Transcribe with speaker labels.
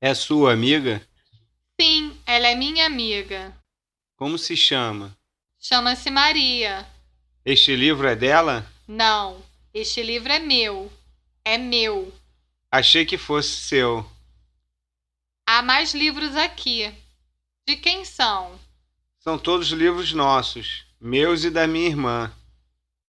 Speaker 1: É sua amiga?
Speaker 2: Sim, ela é minha amiga.
Speaker 1: Como se chama?
Speaker 2: Chama-se Maria.
Speaker 1: Este livro é dela?
Speaker 2: Não, este livro é meu. É meu.
Speaker 1: Achei que fosse seu.
Speaker 2: Há mais livros aqui. De quem são?
Speaker 1: São todos livros nossos, meus e da minha irmã.